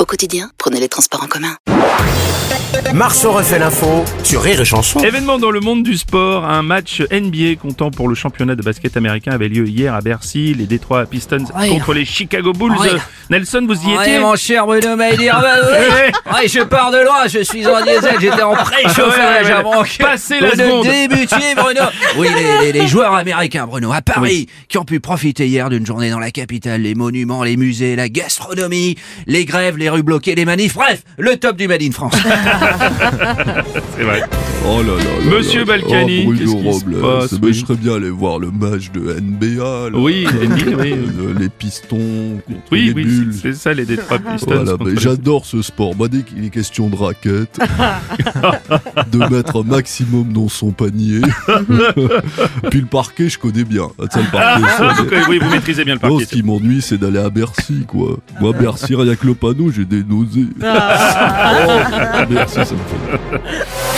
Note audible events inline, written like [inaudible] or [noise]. Au quotidien, prenez les transports en commun. Marceau refait l'info sur Rire et Chanson. Événement dans le monde du sport, un match NBA comptant pour le championnat de basket américain avait lieu hier à Bercy, les Detroit Pistons Ouais. contre les Chicago Bulls. Ouais. Nelson, vous y Ouais, étiez [laughs] mon cher Bruno Maïdir. bah, ouais. Ouais, je pars de loin, je suis en diesel, j'étais en [laughs] Ouais, ouais, pré-chauffage ouais. avant Passez que la vous ne seconde. débutiez, Bruno. [laughs] Oui, les, les- les joueurs américains, Bruno, à Paris, qui ont pu profiter hier d'une journée dans la capitale, les monuments, les musées, la gastronomie, les grèves, les rues bloquées, les manifs, bref, le top du Made in France. C'est vrai. Oh là là là Monsieur là Balkany, là. oh, qu'est-ce Bruno qui se Robles, passe, mais oui. je serais bien allé voir le match de NBA. là. Oui, NBA, oui. [laughs] Euh, Les pistons contre Oui, les oui, bulles. c'est c'est ça les Oh Detroit Pistons. Voilà, contre mais les- j'adore ce sport. Moi, dès qu'il est question [laughs] de raquettes, de mettre un maximum dans son panier. [laughs] Puis le parquet, je connais bien. Ah, tiens, le parquet, [laughs] ça, mais- Ok, oui, vous maîtrisez bien le Non, parquet. ce qui m'ennuie, c'est d'aller à Bercy, quoi. Moi, Bercy, rien que le panneau, j'ai des nausées. [laughs] Oh, Bercy, ça me fait.